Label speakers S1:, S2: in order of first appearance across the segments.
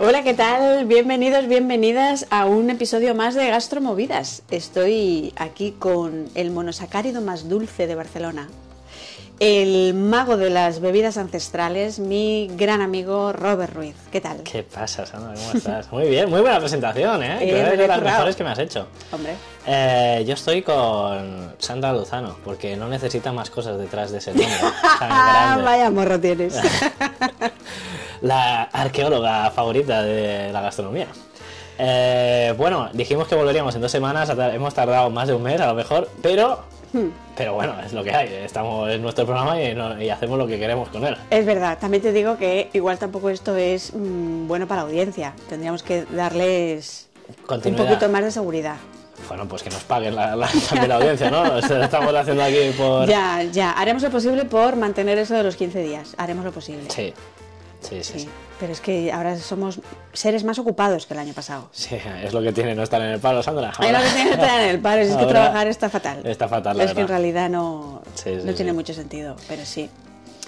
S1: Hola, ¿qué tal? Bienvenidos, bienvenidas a un episodio más de Gastromovidas. Estoy aquí con el monosacárido más dulce de Barcelona, el mago de las bebidas ancestrales, mi gran amigo Robert Ruiz. ¿Qué tal?
S2: ¿Qué pasa, Sandra? ¿Cómo estás? Muy bien, muy buena presentación, ¿eh?
S1: Eh,
S2: Creo que es de las
S1: currao.
S2: mejores que me has hecho.
S1: Hombre,
S2: Eh, yo estoy con Sandra Lozano, porque no necesita más cosas detrás de ese nombre. tan
S1: ah,
S2: grande.
S1: vaya morro tienes.
S2: La arqueóloga favorita de la gastronomía. Eh, bueno, dijimos que volveríamos en dos semanas, ha tar- hemos tardado más de un mes a lo mejor, pero...
S1: Hmm.
S2: Pero bueno, es lo que hay, estamos en nuestro programa y, no- y hacemos lo que queremos con él.
S1: es verdad, también te digo que igual tampoco esto es mm, bueno para la audiencia. Tendríamos que darles un
S2: Continuidad.
S1: poquito más de seguridad.
S2: Bueno, pues que nos paguen la, la- también la audiencia, ¿no? O sea, estamos haciendo aquí por...
S1: Ya, ya, haremos lo posible por mantener eso de los 15 días. Haremos lo posible.
S2: Sí. Sí, sí,
S1: Sí,
S2: sí.
S1: pero es que ahora somos seres más ocupados que el año pasado.
S2: Sí, es lo que tiene no estar en el palo, Sandra.
S1: Ahí lo que tiene que estar en el paro es que
S2: Ahora
S1: trabajar está fatal.
S2: Está fatal, la
S1: Es que en
S2: verdad.
S1: realidad no,
S2: Sí, sí,
S1: no tiene
S2: sí.
S1: mucho sentido, pero sí.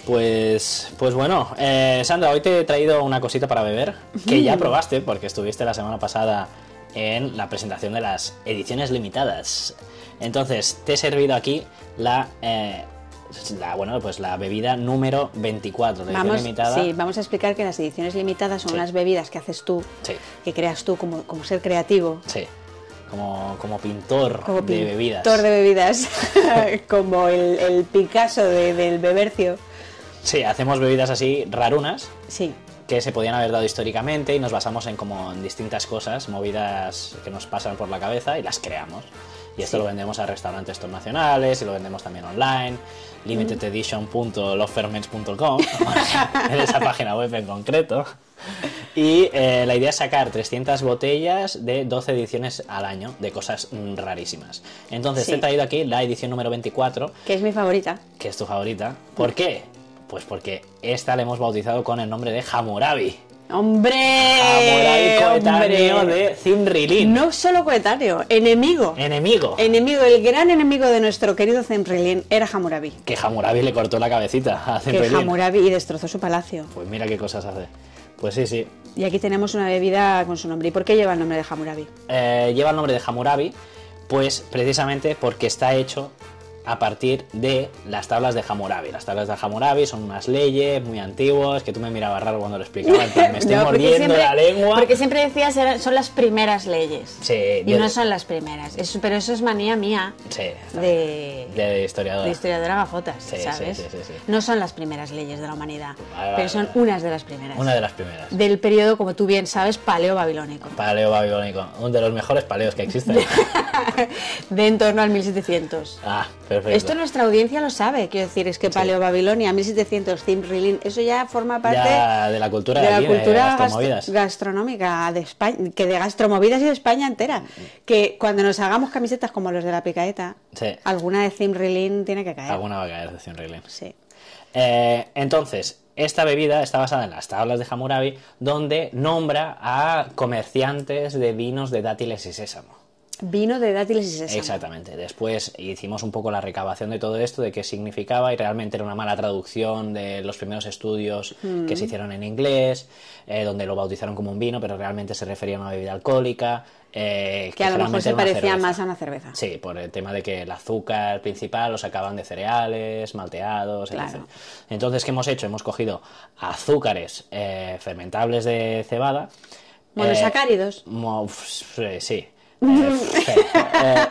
S2: Pues, pues bueno, eh, Sandra, hoy te he traído una cosita para beber que ya probaste porque estuviste la semana pasada en la presentación de las ediciones limitadas. Entonces, te he servido aquí la, eh, la bueno, pues la bebida número 24 de edición
S1: Vamos,
S2: limitada.
S1: sí, vamos a explicar que las ediciones limitadas son
S2: Sí.
S1: las bebidas que haces tú,
S2: Sí.
S1: que creas tú como, como ser creativo,
S2: Sí. Como, como pintor
S1: como
S2: de bebidas.
S1: pintor de bebidas, como el, el Picasso de- del bebercio.
S2: Sí, hacemos bebidas así rarunas
S1: Sí,
S2: que se podían haber dado históricamente y nos basamos en como en distintas cosas, movidas que nos pasan por la cabeza y las creamos. Y esto
S1: Sí.
S2: lo vendemos a restaurantes top nacionales y lo vendemos también online, limitededition.loferments.com, en esa página web en concreto. Y eh, la idea es sacar 300 botellas de 12 ediciones al año de cosas mm, rarísimas. Entonces
S1: Sí.
S2: te he traído aquí la edición número 24,
S1: que es mi favorita.
S2: que es tu favorita.
S1: Mm.
S2: ¿Por qué? Pues porque esta la hemos bautizado con el nombre de Hammurabi.
S1: ¡Hombre!
S2: Hammurabi coetáneo
S1: ¡Hombre!
S2: de Zimrilin.
S1: Eh, No Eh. solo coetáneo, enemigo.
S2: Enemigo.
S1: Enemigo, el gran enemigo de nuestro querido Zemrilin era Hammurabi.
S2: Que Hammurabi le cortó la cabecita a
S1: Que
S2: Zimrilin.
S1: Hammurabi y destrozó su palacio.
S2: Pues mira qué cosas hace. Pues sí, sí.
S1: Y aquí tenemos una bebida con su nombre. ¿Y por qué lleva el nombre de Hammurabi?
S2: Eh, lleva el nombre de Hammurabi, pues precisamente porque está hecho a partir de las tablas de Hammurabi. Las tablas de Hammurabi son unas leyes muy antiguas que tú me mirabas raro cuando lo explicaba. en plan, Me estoy
S1: No, porque
S2: mordiendo la lengua.
S3: Porque siempre decías era- son las primeras leyes.
S2: Sí,
S3: Y
S2: yo-
S3: no son las primeras. Es- pero eso es manía mía
S2: Sí,
S3: de,
S2: de historiador.
S3: de historiadora gafotas,
S2: Sí, sí,
S3: ¿sabes?
S2: sí, sí, sí.
S3: No son las primeras leyes de la humanidad,
S2: Vale, vale,
S3: pero son
S2: vale.
S3: unas de las primeras.
S2: Una de las primeras.
S3: Del periodo, como tú bien sabes, paleo-babilónico,
S2: Paleo babilónico. Uno de los mejores paleos que existen.
S3: de en torno al 1700.
S2: ah, perfecto.
S3: Esto nuestra audiencia lo sabe, quiero decir, es que
S1: Paleo-Babilonia, 1700, Zimrilin, eso ya forma parte
S2: ya de la cultura
S1: de la
S2: aquí,
S1: cultura
S2: las
S1: gast-
S2: movidas.
S1: gastronómica de España, que de gastromovidas y de España
S2: Mm,
S1: entera. Que cuando nos hagamos camisetas como los de la picaeta,
S2: Sí.
S1: alguna de Zimrilin tiene que caer.
S2: Alguna va a caer de Cien Reglín.
S1: Sí.
S2: Eh, entonces, esta bebida está basada en las tablas de Hammurabi, donde nombra a comerciantes de vinos de dátiles y sésamo.
S1: Vino de dátiles y sésamo.
S2: Exactamente. Después hicimos un poco la recabación de todo esto, de qué significaba, y realmente era una mala traducción de los primeros estudios
S1: Mm.
S2: que se hicieron en inglés, eh, donde lo bautizaron como un vino, pero realmente se refería a una bebida alcohólica. eh,
S1: Que a lo mejor
S2: generalmente
S1: se
S2: era una
S1: parecía
S2: cerveza.
S1: más a una cerveza.
S2: Sí, por el tema de que el azúcar principal lo sacaban de cereales, malteados, etc.
S1: Claro.
S2: Entonces, ¿qué hemos hecho? Hemos cogido azúcares eh, fermentables de cebada.
S1: Monosacáridos.
S2: eh, mo- f- sí. eh, f- eh,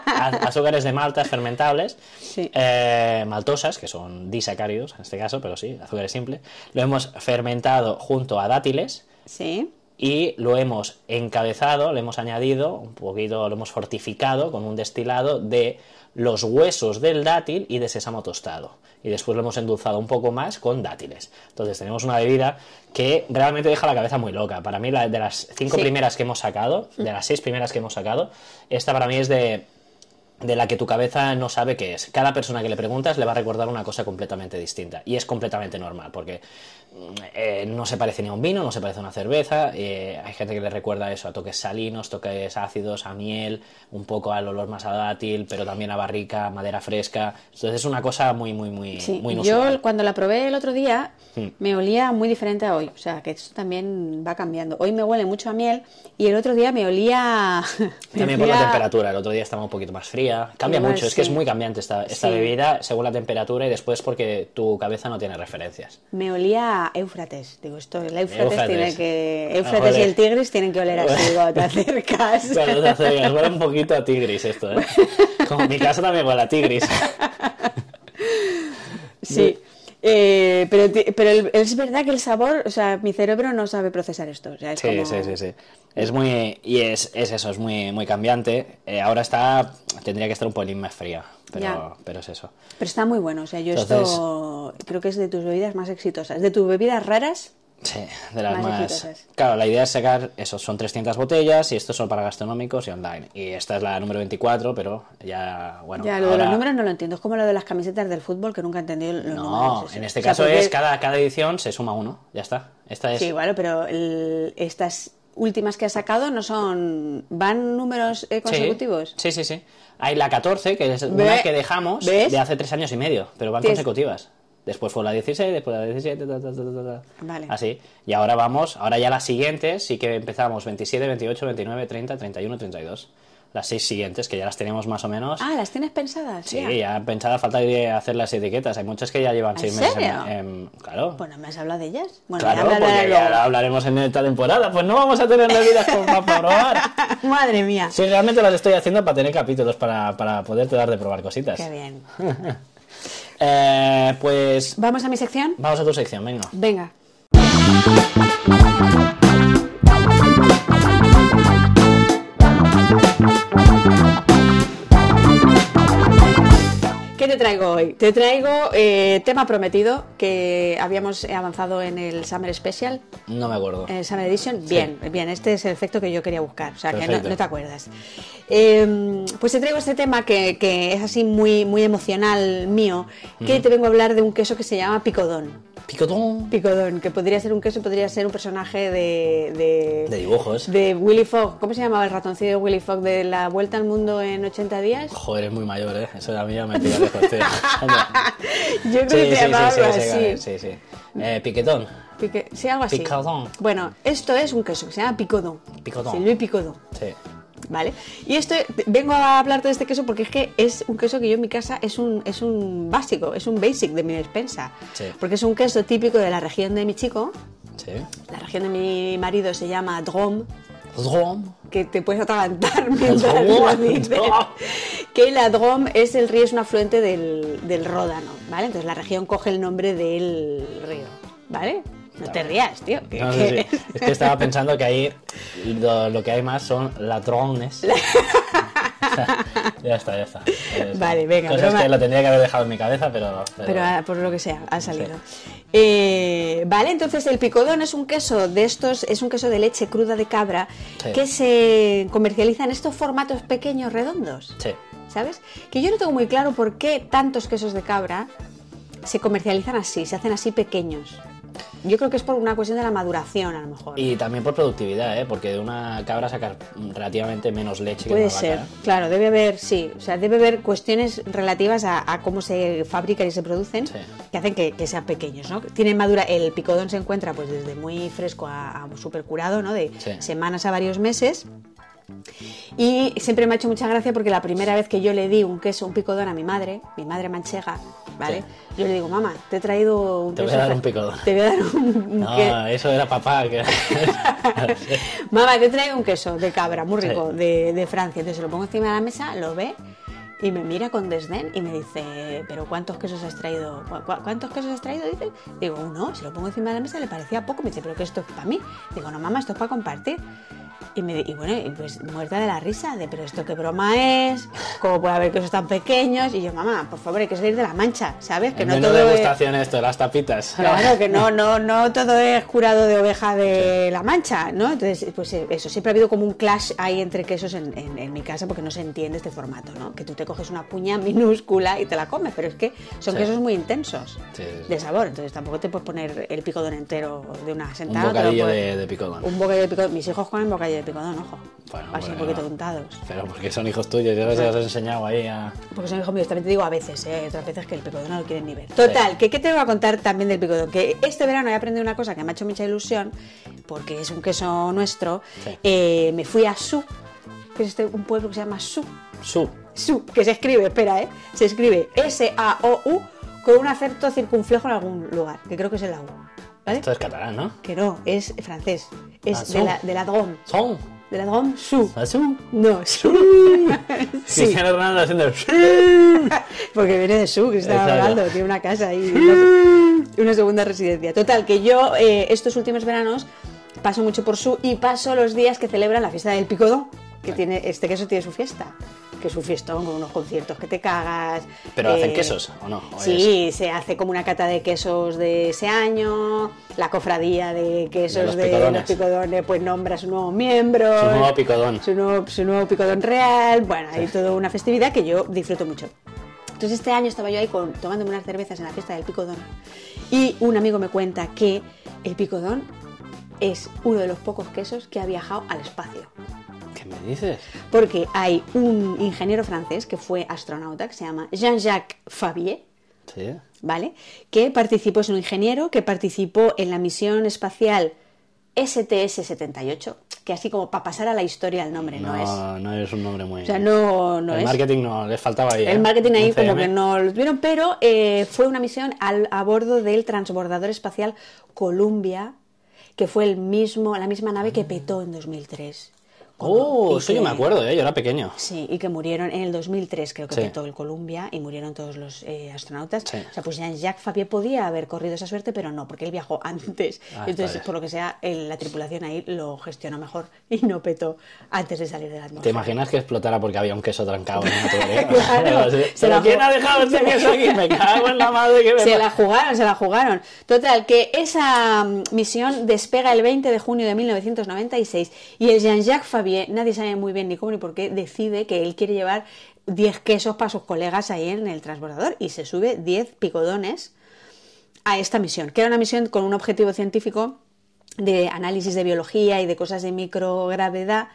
S2: a- azúcares de maltas fermentables,
S1: Sí.
S2: eh, maltosas, que son disacáridos en este caso, pero sí, azúcares simples. Lo hemos fermentado junto a dátiles,
S1: Sí.
S2: y lo hemos encabezado, le hemos añadido un poquito, lo hemos fortificado con un destilado de los huesos del dátil y de sésamo tostado. Y después lo hemos endulzado un poco más con dátiles. Entonces tenemos una bebida que realmente deja la cabeza muy loca. Para mí, la, de las cinco
S1: Sí.
S2: primeras que hemos sacado, de las seis primeras que hemos sacado, esta para mí es de de la que tu cabeza no sabe qué es. Cada persona que le preguntas le va a recordar una cosa completamente distinta. Y es completamente normal, porque eh, no se parece ni a un vino, no se parece a una cerveza. eh, hay gente que le recuerda eso, a toques salinos, toques ácidos, a miel, un poco al olor más a dátil, pero también a barrica, a madera fresca. Entonces es una cosa muy, muy, muy,
S1: Sí,
S2: muy
S1: yo
S2: inusual.
S1: cuando la probé el otro día
S2: Hmm.
S1: me olía muy diferente a hoy, o sea que esto también va cambiando. Hoy me huele mucho a miel y el otro día me olía... me
S2: También por la
S1: olía-
S2: temperatura, el otro día estaba un poquito más fría. Cambia
S1: Igual,
S2: mucho, es que
S1: sí.
S2: es muy cambiante esta, esta
S1: Sí.
S2: bebida según la temperatura y después porque tu cabeza no tiene referencias.
S1: Me olía a Éufrates, digo esto, el Éufrates,
S2: Éufrates.
S1: tiene que...
S2: Ah,
S1: Éufrates y
S2: joder.
S1: el Tigris tienen que oler así, cuando te acercas.
S2: Bueno, te acercas, huele un poquito a tigris esto, ¿eh? Como en mi casa también huele a tigris.
S1: Sí, eh, pero, ti- pero el- es verdad que el sabor, o sea, mi cerebro no sabe procesar esto. o sea, es
S2: Sí,
S1: como-
S2: sí, sí, sí. Es muy... Y es, es eso, es muy, muy cambiante. Eh, ahora está... Tendría que estar un pelín más fría,
S1: Ya.
S2: pero, pero es eso.
S1: Pero está muy bueno, o sea, yo
S2: Entonces-
S1: esto creo que es de tus bebidas más exitosas. De tus bebidas raras,
S2: Sí, de las
S1: Más
S2: más...
S1: exitosas.
S2: Claro, la idea es sacar, eso, son 300 botellas y estos son para gastronómicos y online. Y esta es la número 24, pero ya, bueno...
S1: ya lo de los
S2: Ah, ahora-
S1: números no lo entiendo, es como lo de las camisetas del fútbol que nunca he entendido los números.
S2: No,
S1: eso.
S2: en este
S1: O sea,
S2: caso
S1: porque-
S2: es cada, cada edición se suma uno, ya está. Esta es...
S1: Sí, bueno, pero el- estas últimas que has sacado no son... ¿Van números eh,
S2: Sí,
S1: consecutivos?
S2: Sí, sí, sí. Hay la 14, que es
S1: Ve-
S2: una que dejamos
S1: ¿ves?
S2: de hace tres años y medio, pero van
S1: Sí, es-
S2: consecutivas. Después fue la 16, después la 17, ta, ta, ta, ta, ta.
S1: Vale.
S2: así. Y ahora vamos, ahora ya las siguientes, sí que empezamos 27, 28, 29, 30, 31, 32. Las seis siguientes, que ya las tenemos más o menos.
S1: Ah, ¿las tienes pensadas?
S2: sí,
S1: Ya.
S2: ya pensada falta de hacer las etiquetas. Hay muchas que ya llevan
S1: ¿En
S2: seis meses. en-
S1: serio?
S2: en- claro.
S1: Bueno, Pues ¿me has hablado de ellas? Bueno,
S2: Claro,
S1: ya me hablarás
S2: porque
S1: luego.
S2: ya hablaremos en esta temporada. Pues no vamos a tener bebidas con- para probar.
S4: Madre mía.
S2: Sí, realmente las estoy haciendo para tener capítulos, para, para poderte dar de probar cositas.
S4: Qué bien.
S2: Eh, pues
S1: ¿Vamos a mi sección?
S2: vamos a tu sección, venga.
S1: Venga. ¿Qué te traigo hoy? Te traigo eh, tema prometido que habíamos avanzado en el Summer Special,
S2: No me acuerdo.
S1: en el Summer Edition. Bien, bien, este es el efecto que yo quería buscar, o sea que no- no,
S2: Perfecto.
S1: te acuerdas. Eh, pues te traigo este tema que, que es así muy, muy emocional mío, que te vengo a hablar de un queso que se llama picodón.
S2: Picotón.
S1: Picodón, que podría ser un queso, podría ser un personaje de.
S2: De dibujos.
S1: de Willy Fogg. ¿Cómo se llamaba el ratoncillo de Willy Fogg? De la vuelta al mundo en 80 días.
S2: Joder, es muy mayor, ¿eh? Eso a mí ya me pilla lejos, tío.
S1: Yo creo que
S2: Sí, sí, sí,
S1: se llamaba
S2: sí, sí,
S1: algo así.
S2: sí, sí. Eh, piquetón.
S1: Pique- sí, algo así.
S2: Picodón.
S1: Bueno, esto es un queso que se llama picodón.
S2: Picodón.
S1: Sí, Luis Picodón.
S2: Sí.
S1: ¿Vale? Y esto, vengo a hablarte de este queso porque es que es un queso que yo en mi casa es un, es un básico, es un basic de mi despensa.
S2: Sí.
S1: Porque es un queso típico de la región de mi chico.
S2: Sí.
S1: La región de mi marido se llama Drôme.
S2: Drom.
S1: que te puedes atragantar mientras lo
S2: Drôme.
S1: dices. Que la Drôme es el río, es un afluente del, del Ródano, ¿vale? Entonces la región coge el nombre del río, ¿vale? No te rías, tío. que-
S2: No sé
S1: que-
S2: si. Es que estaba pensando que ahí lo, lo que hay más son ladrones. ya está, ya está. Eh,
S1: Vale, venga,
S2: Cosas
S1: broma.
S2: que lo tendría que haber dejado en mi cabeza, pero.
S1: Pero ah, por lo que sea, ha salido. Eh, vale, entonces el picodón es un queso de estos, es un queso de leche cruda de cabra
S2: Sí.
S1: que se comercializa en estos formatos pequeños redondos.
S2: Sí.
S1: ¿sabes? Que yo no tengo muy claro por qué tantos quesos de cabra se comercializan así, se hacen así pequeños. Yo creo que es por una cuestión de la maduración, a lo mejor.
S2: Y también por productividad, ¿eh? Porque de una cabra sacas relativamente menos leche que de
S1: Puede
S2: una
S1: ser,
S2: vaca. ¿eh?
S1: claro, debe haber, sí, o sea, debe haber cuestiones relativas a, a cómo se fabrican y se producen
S2: Sí.
S1: que hacen que, que sean pequeños, ¿no? Tienen madura, el picodón se encuentra pues desde muy fresco a, a súper curado, ¿no? De
S2: Sí.
S1: semanas a varios meses. Y siempre me ha hecho mucha gracia porque la primera vez que yo le di un queso, un picodón a mi madre, mi madre manchega, ¿vale? Yo le digo, mamá, te he traído un
S2: Te voy
S1: queso
S2: a dar
S1: fra-
S2: un picodón".
S1: Te voy a dar un, un
S2: No,
S1: que-
S2: eso era papá. Que...
S1: Mamá, te traigo un queso de cabra, muy rico,
S2: Sí.
S1: de, de Francia. Entonces lo pongo encima de la mesa, lo ve y me mira con desdén y me dice, pero ¿cuántos quesos has traído? ¿Cu- cu- cuántos quesos has traído? Dice, digo, uno, se lo pongo encima de la mesa, le parecía poco. Me dice, pero que esto es para mí. Digo, no, mamá, esto es para compartir. Y Y, me, di- y bueno, y pues muerta de la risa, de pero esto qué broma es, cómo puede haber quesos tan pequeños. Y yo, mamá, por favor, hay que salir de la mancha, ¿sabes? Que
S2: El
S1: no
S2: menú
S1: todo es,
S2: degustación esto, las tapitas.
S1: Claro, que no, no, no todo es curado de oveja de la mancha, ¿no? Entonces, pues eh, eso, siempre ha habido como un clash ahí entre quesos en, en- en mi casa porque no se entiende este formato, ¿no? Que tú te coges una puña minúscula y te la comes, pero es que son
S2: Sí.
S1: quesos muy intensos
S2: Sí, sí, sí.
S1: de sabor, entonces tampoco te puedes poner el picodón entero de una
S2: Un
S1: sentada. te lo
S2: bocadillo
S1: puedes-
S2: de, de picodón.
S1: pues. Un bocadillo de picodón. Mis hijos comen bocadillo de picodón, ojo.
S2: Bueno,
S1: Así
S2: bueno,
S1: un poquito
S2: no.
S1: untados.
S2: Pero porque son hijos tuyos, yo se los he enseñado ahí a...
S1: Porque son hijos míos, también te digo a veces, ¿eh? otras veces que el picodón no lo quieren ni ver. Total, que ¿qué te voy a contar también del picodón? Que este verano he aprendido una cosa que me ha hecho mucha ilusión, porque es un queso nuestro.
S2: Sí.
S1: Eh, me fui a Su, que es este- un pueblo que se llama Su.
S2: Su.
S1: Su, que se escribe, espera, ¿eh? Se escribe S-A-O-U con un acerto circunflejo en algún lugar, que creo que es el la U. ¿Vale?
S2: Esto es catalán, ¿no?
S1: Que no, es francés.
S2: Ah,
S1: Es
S2: Su.
S1: de la, de la Drôme.
S2: Son.
S1: De la Drôme, Su.
S2: ¿A Su.
S1: No, Su. sí.
S2: Cristiano Ronaldo haciendo...
S1: Porque viene de su, Cristiano
S2: Exacto.
S1: Ronaldo, tiene una casa ahí, una, una segunda residencia. Total, que yo eh, estos últimos veranos paso mucho por su y paso los días que celebran la fiesta del Picodón, que tiene este queso tiene su fiesta, que es un fiestón con unos conciertos que te cagas. eh,
S2: ¿Pero hacen quesos o no? ¿O
S1: sí, se hace como una cata de quesos de ese año, la cofradía de quesos de
S2: los
S1: los
S2: picodones.
S1: picodones, pues nombra a sus nuevos miembros.
S2: Su nuevo picodón.
S1: Su nuevo, su nuevo picodón real, bueno, hay toda una festividad que yo disfruto mucho. Entonces este año estaba yo ahí con, tomándome unas cervezas en la fiesta del picodón y un amigo me cuenta que el picodón es uno de los pocos quesos que ha viajado al espacio.
S2: ¿Qué me dices?
S1: Porque hay un ingeniero francés que fue astronauta que se llama Jean-Jacques Favier,
S2: Sí.
S1: ¿vale? Que participó, es un ingeniero que participó en la misión espacial STS-78, que así como para pasar a la historia el nombre, no,
S2: No,
S1: es.
S2: no es, un nombre muy...
S1: O sea, no, no
S2: el
S1: es.
S2: marketing no, les faltaba ahí.
S1: el
S2: ¿eh?
S1: marketing ahí
S2: Un
S1: como
S2: CM.
S1: que no lo tuvieron, pero eh, fue una misión al- a bordo del transbordador espacial Columbia, que fue el mismo, la misma nave que petó en 2003.
S2: Oh,
S1: Y
S2: eso yo
S1: que-
S2: me acuerdo, ¿eh? yo era pequeño.
S1: Sí, y que murieron en el 2003, creo que
S2: Sí.
S1: fue todo el Columbia, y murieron todos los eh, astronautas.
S2: Sí.
S1: O sea, pues Jean-Jacques Fabier podía haber corrido esa suerte, pero no, porque él viajó antes.
S2: Ah,
S1: Entonces,
S2: vale.
S1: por lo que sea, el- la tripulación ahí lo gestionó mejor y no petó antes de salir de la
S2: ¿Te
S1: atmósfera.
S2: imaginas que explotara porque había un queso trancado en una tubería?
S1: Claro,
S2: Pero
S1: se la
S2: ¿Quién
S1: jugó.
S2: ha dejado este
S1: Se la-
S2: queso aquí? Me cago en la madre que me
S1: Se la jugaron, se la jugaron. Total, que esa mm, misión despega el 20 de junio de 1996 y el Jean-Jacques Fabier, nadie sabe muy bien ni cómo ni por qué, decide que él quiere llevar 10 quesos para sus colegas ahí en el transbordador y se sube 10 picodones a esta misión, que era una misión con un objetivo científico de análisis de biología y de cosas de microgravedad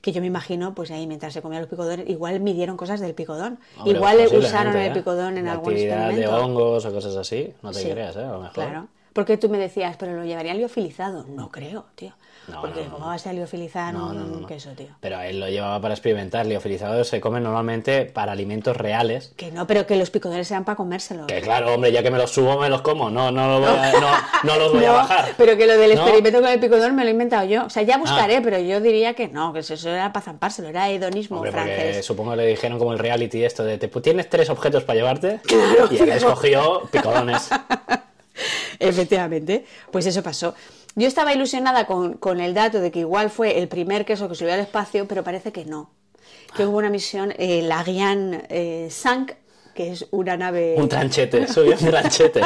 S1: que yo me imagino, pues ahí mientras se comían los picodones, igual midieron cosas del picodón.
S2: Hombre,
S1: igual
S2: pues
S1: usaron
S2: posiblemente,
S1: el
S2: ¿eh?
S1: picodón en
S2: La
S1: algún
S2: actividad
S1: experimento.
S2: de hongos o cosas así, no te
S1: Sí.
S2: creas, ¿eh? A lo mejor.
S1: Claro. Porque tú me decías, pero lo llevaría liofilizado. No creo, tío.
S2: No,
S1: Porque
S2: no, no,
S1: ¿cómo
S2: no.
S1: vas a liofilizar
S2: No,
S1: un
S2: no, no, no.
S1: queso, tío?
S2: Pero él lo llevaba para experimentar. Liofilizado se come normalmente para alimentos reales.
S1: Que no, pero que los picodones sean para comérselo.
S2: Que claro, hombre, ya que me los subo, me los como. No, no, lo voy a- no, no los voy a
S1: No,
S2: bajar.
S1: Pero que lo del
S2: No. Ah.
S1: experimento con el picodón me lo he inventado yo. O sea, ya buscaré, pero yo diría que no, que eso eso era para zampárselo, era hedonismo
S2: Hombre, porque
S1: francés.
S2: supongo que le dijeron como el reality esto de te pu- tienes tres objetos para llevarte
S1: Claro,
S2: y él
S1: fijo.
S2: escogió picodones.
S1: Efectivamente, pues eso pasó. Yo estaba ilusionada con, con el dato de que igual fue el primer queso que subió al espacio, pero parece que no. Que hubo una misión, eh, la Guian eh, 5, que es una nave...
S2: Un tranchete, subió un tranchete.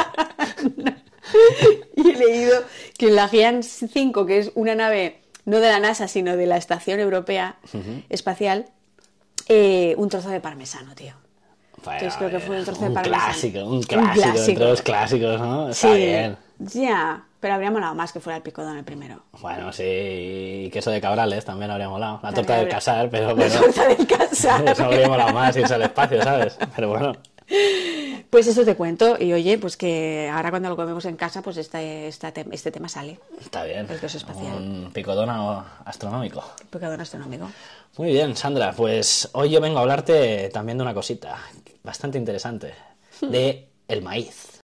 S1: y he leído que la Ariane 5, que es una nave no de la NASA, sino de la Estación Europea Espacial, eh, un trozo de parmesano, tío.
S2: Bueno,
S1: Entonces creo que fue un trozo de parmesano.
S2: clásico, un
S1: Un
S2: clásico, entre
S1: clásico.
S2: los clásicos, ¿no? Está bien.
S1: Ya, pero habría molado más que fuera el picodón el primero.
S2: Bueno, sí, y queso de cabrales también habría molado. La torta
S1: También habría-
S2: del casar, pero
S1: La
S2: bueno,
S1: torta del casar.
S2: eso habría molado más irse al espacio, ¿sabes? Pero bueno,
S1: Pues eso te cuento. Y oye, pues que ahora cuando lo comemos en casa, pues este, esta tem- este tema sale.
S2: está bien.
S1: El queso espacial.
S2: Un picodón a- astronómico.
S1: Picodón astronómico.
S2: Muy bien, Sandra, pues hoy yo vengo a hablarte también de una cosita bastante interesante, de el maíz.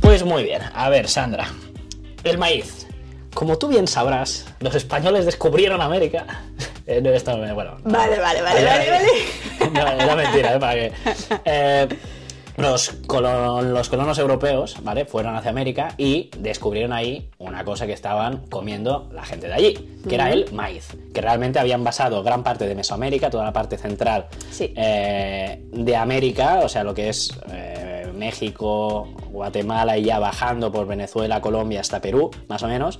S2: Pues muy bien, a ver, Sandra, el maíz. como tú bien sabrás, los españoles descubrieron América. Eh, no, esto, eh, bueno, no.
S1: Vale, vale, vale, vale,
S2: vale. No, era mentira, ¿eh? Para que. Eh, los, colon- los colonos europeos, ¿vale? Fueron hacia América y descubrieron ahí una cosa que estaban comiendo la gente de allí, que era el maíz, que realmente habían basado gran parte de Mesoamérica, toda la parte central
S1: Sí.
S2: eh, de América, o sea, lo que es eh, México, Guatemala y ya bajando por Venezuela, Colombia hasta Perú, más o menos,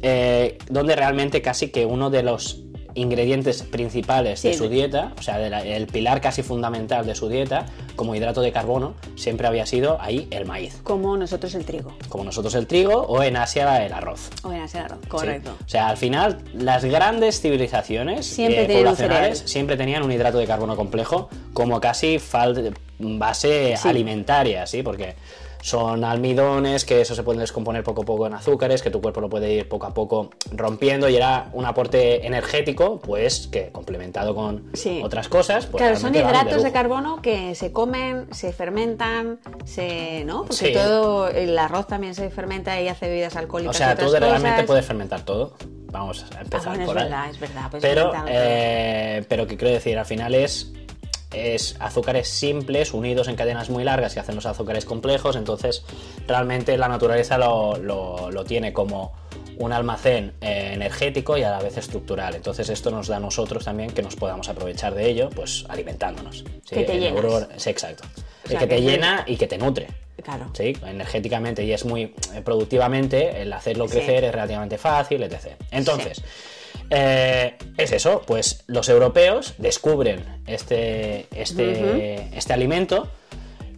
S2: eh, donde realmente casi que uno de los ingredientes principales de
S1: Sí, de-
S2: su dieta, o sea, de la- el pilar casi fundamental de su dieta, como hidrato de carbono, siempre había sido ahí el maíz,
S1: Como nosotros el trigo.
S2: como nosotros el trigo o en Asia el arroz.
S1: O en hacer arroz.
S2: Sí.
S1: Correcto.
S2: O sea, al final, las grandes civilizaciones
S1: Siempre
S2: eh,
S1: tenían un
S2: poblacionales
S1: cereal.
S2: siempre tenían un hidrato de carbono complejo como casi fal- base
S1: Sí.
S2: alimentaria, ¿sí? Porque son almidones que eso se pueden descomponer poco a poco en azúcares, que tu cuerpo lo puede ir poco a poco rompiendo y era un aporte energético, pues que complementado con
S1: Sí.
S2: otras cosas. Pues,
S1: claro, son
S2: realmente van
S1: hidratos de,
S2: lujo.
S1: carbono que se comen, se fermentan, se. ¿No? Porque
S2: Sí.
S1: todo el arroz también se fermenta y hace bebidas alcohólicas. y
S2: O sea,
S1: otras
S2: tú realmente
S1: cosas.
S2: puedes fermentar todo. Vamos a empezar
S1: Ah, pues bueno, es
S2: por ahí.
S1: verdad, es verdad, puedes
S2: Pero,
S1: fermentarlo todo.
S2: eh, pero que quiero decir, al final es, es azúcares simples unidos en cadenas muy largas que hacen los azúcares complejos. Entonces, realmente la naturaleza lo, lo- lo tiene como un almacén eh, energético y a la vez estructural. Entonces esto nos da a nosotros también que nos podamos aprovechar de ello, pues alimentándonos. ¿sí?
S1: Que te
S2: El
S1: llenas.
S2: neurón- sí, exacto. El
S1: sea,
S2: que te
S1: que te-
S2: llena y que te nutre.
S1: Claro.
S2: ¿sí? energéticamente y es muy eh, productivamente, el hacerlo crecer es relativamente fácil, etc. Entonces, eh, es eso, pues los europeos descubren este, este, este alimento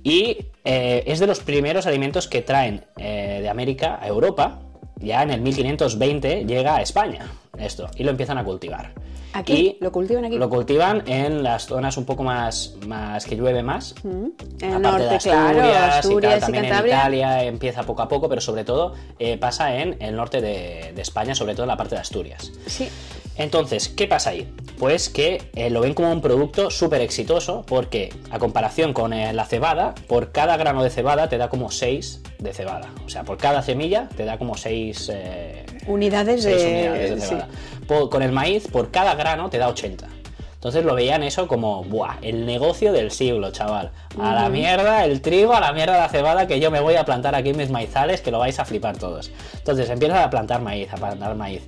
S2: y eh, es de los primeros alimentos que traen eh, de América a Europa. Ya en el 1520 llega a España esto y lo empiezan a cultivar.
S1: Aquí,
S2: Y
S1: lo cultivan aquí.
S2: Lo cultivan en las zonas un poco más, más que llueve más,
S1: En el
S2: Aparte
S1: norte,
S2: de
S1: claro,
S2: y tal,
S1: Asturias y,
S2: también en
S1: Cantabria.
S2: Italia empieza poco a poco, pero sobre todo eh, pasa en el norte de, de España, sobre todo en la parte de Asturias.
S1: Sí,
S2: Entonces, ¿qué pasa ahí? Pues que eh, lo ven como un producto súper exitoso porque, a comparación con eh, la cebada, por cada grano de cebada te da como 6 de cebada. O sea, por cada semilla te da como eh, 6
S5: Unidades de.
S2: seis
S1: eh,
S2: unidades de
S5: sí.
S2: cebada. Po- con el maíz, por cada grano te da 80. Entonces lo veían eso como, ¡buah! El negocio del siglo, chaval. A la mierda el trigo, a la mierda la cebada, que yo me voy a plantar aquí mis maizales, que lo vais a flipar todos. Entonces empiezan a plantar maíz, a plantar maíz.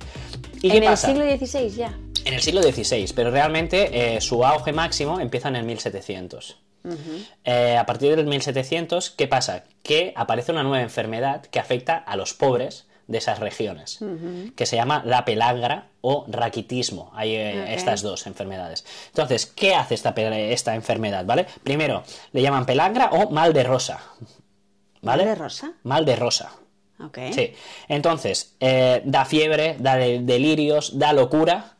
S2: ¿Y qué
S1: en el
S2: pasa?
S1: siglo XVI ya.
S2: En el siglo XVI, pero realmente eh, su auge máximo empieza en el 1700. Eh, a partir del 1700, ¿qué pasa? Que aparece una nueva enfermedad que afecta a los pobres de esas regiones, que se llama la pelagra o raquitismo. Hay eh,
S1: Ok.
S2: estas dos enfermedades. Entonces, ¿qué hace esta, pe- esta enfermedad? ¿Vale? Primero, le llaman pelagra o mal de rosa. ¿Vale?
S1: ¿Mal de rosa?
S2: Mal de rosa.
S1: Ok.
S2: Sí. Entonces, eh, da fiebre, da de- delirios, da locura.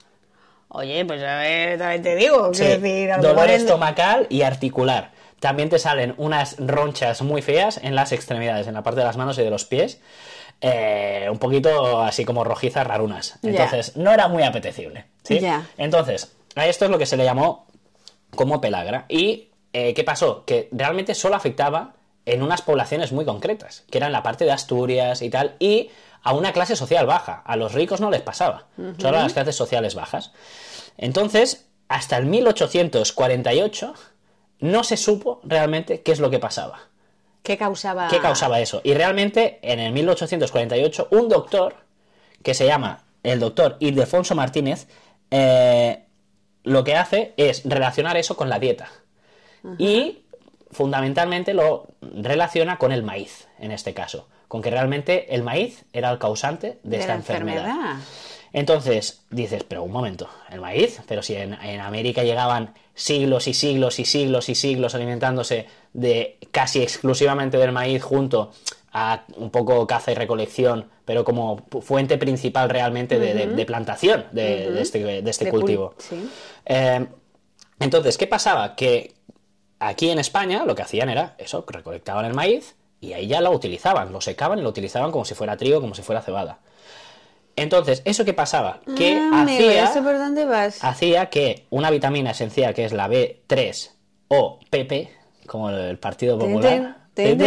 S1: Oye, pues a ver, también te digo.
S2: Sí,
S1: quiero decir, a lo
S2: dolor
S1: mejor en-
S2: estomacal y articular. También te salen unas ronchas muy feas en las extremidades, en la parte de las manos y de los pies. eh, un poquito así como rojizas rarunas.
S1: Ya.
S2: Entonces, no era muy apetecible. ¿sí?
S1: Ya.
S2: Entonces, a esto es lo que se le llamó como pelagra. ¿Y eh, qué pasó? Que realmente solo afectaba en unas poblaciones muy concretas, que eran la parte de Asturias y tal, y a una clase social baja. A los ricos no les pasaba, solo a las clases sociales bajas. Entonces, hasta el 1848 no se supo realmente qué es lo que pasaba,
S1: ¿Qué causaba?
S2: qué causaba eso. Y realmente, en el 1848, un doctor que se llama el doctor Ildefonso Martínez, eh, lo que hace es relacionar eso con la dieta. Y fundamentalmente lo relaciona con el maíz, en este caso. Con que realmente el maíz era el causante de,
S1: de
S2: esta
S1: la enfermedad.
S2: enfermedad. Entonces dices, pero un momento, el maíz, pero si en, en América llegaban siglos y siglos y siglos y siglos alimentándose de casi exclusivamente del maíz junto a un poco caza y recolección, pero como pu- fuente principal realmente de, de- de plantación de, de este, de este
S1: De cul-
S2: cultivo.
S1: sí.
S2: Eh, entonces, ¿qué pasaba? Que aquí en España lo que hacían era eso, recolectaban el maíz y ahí ya lo utilizaban, lo secaban y lo utilizaban como si fuera trigo, como si fuera cebada. Entonces, ¿eso qué pasaba? Que
S1: Ah, amigo,
S2: hacía, Ah.
S1: ya sé por dónde vas?
S2: hacía que una vitamina esencial que es la B3 o PP, como el Partido
S1: Tin,
S2: Popular,
S1: tin.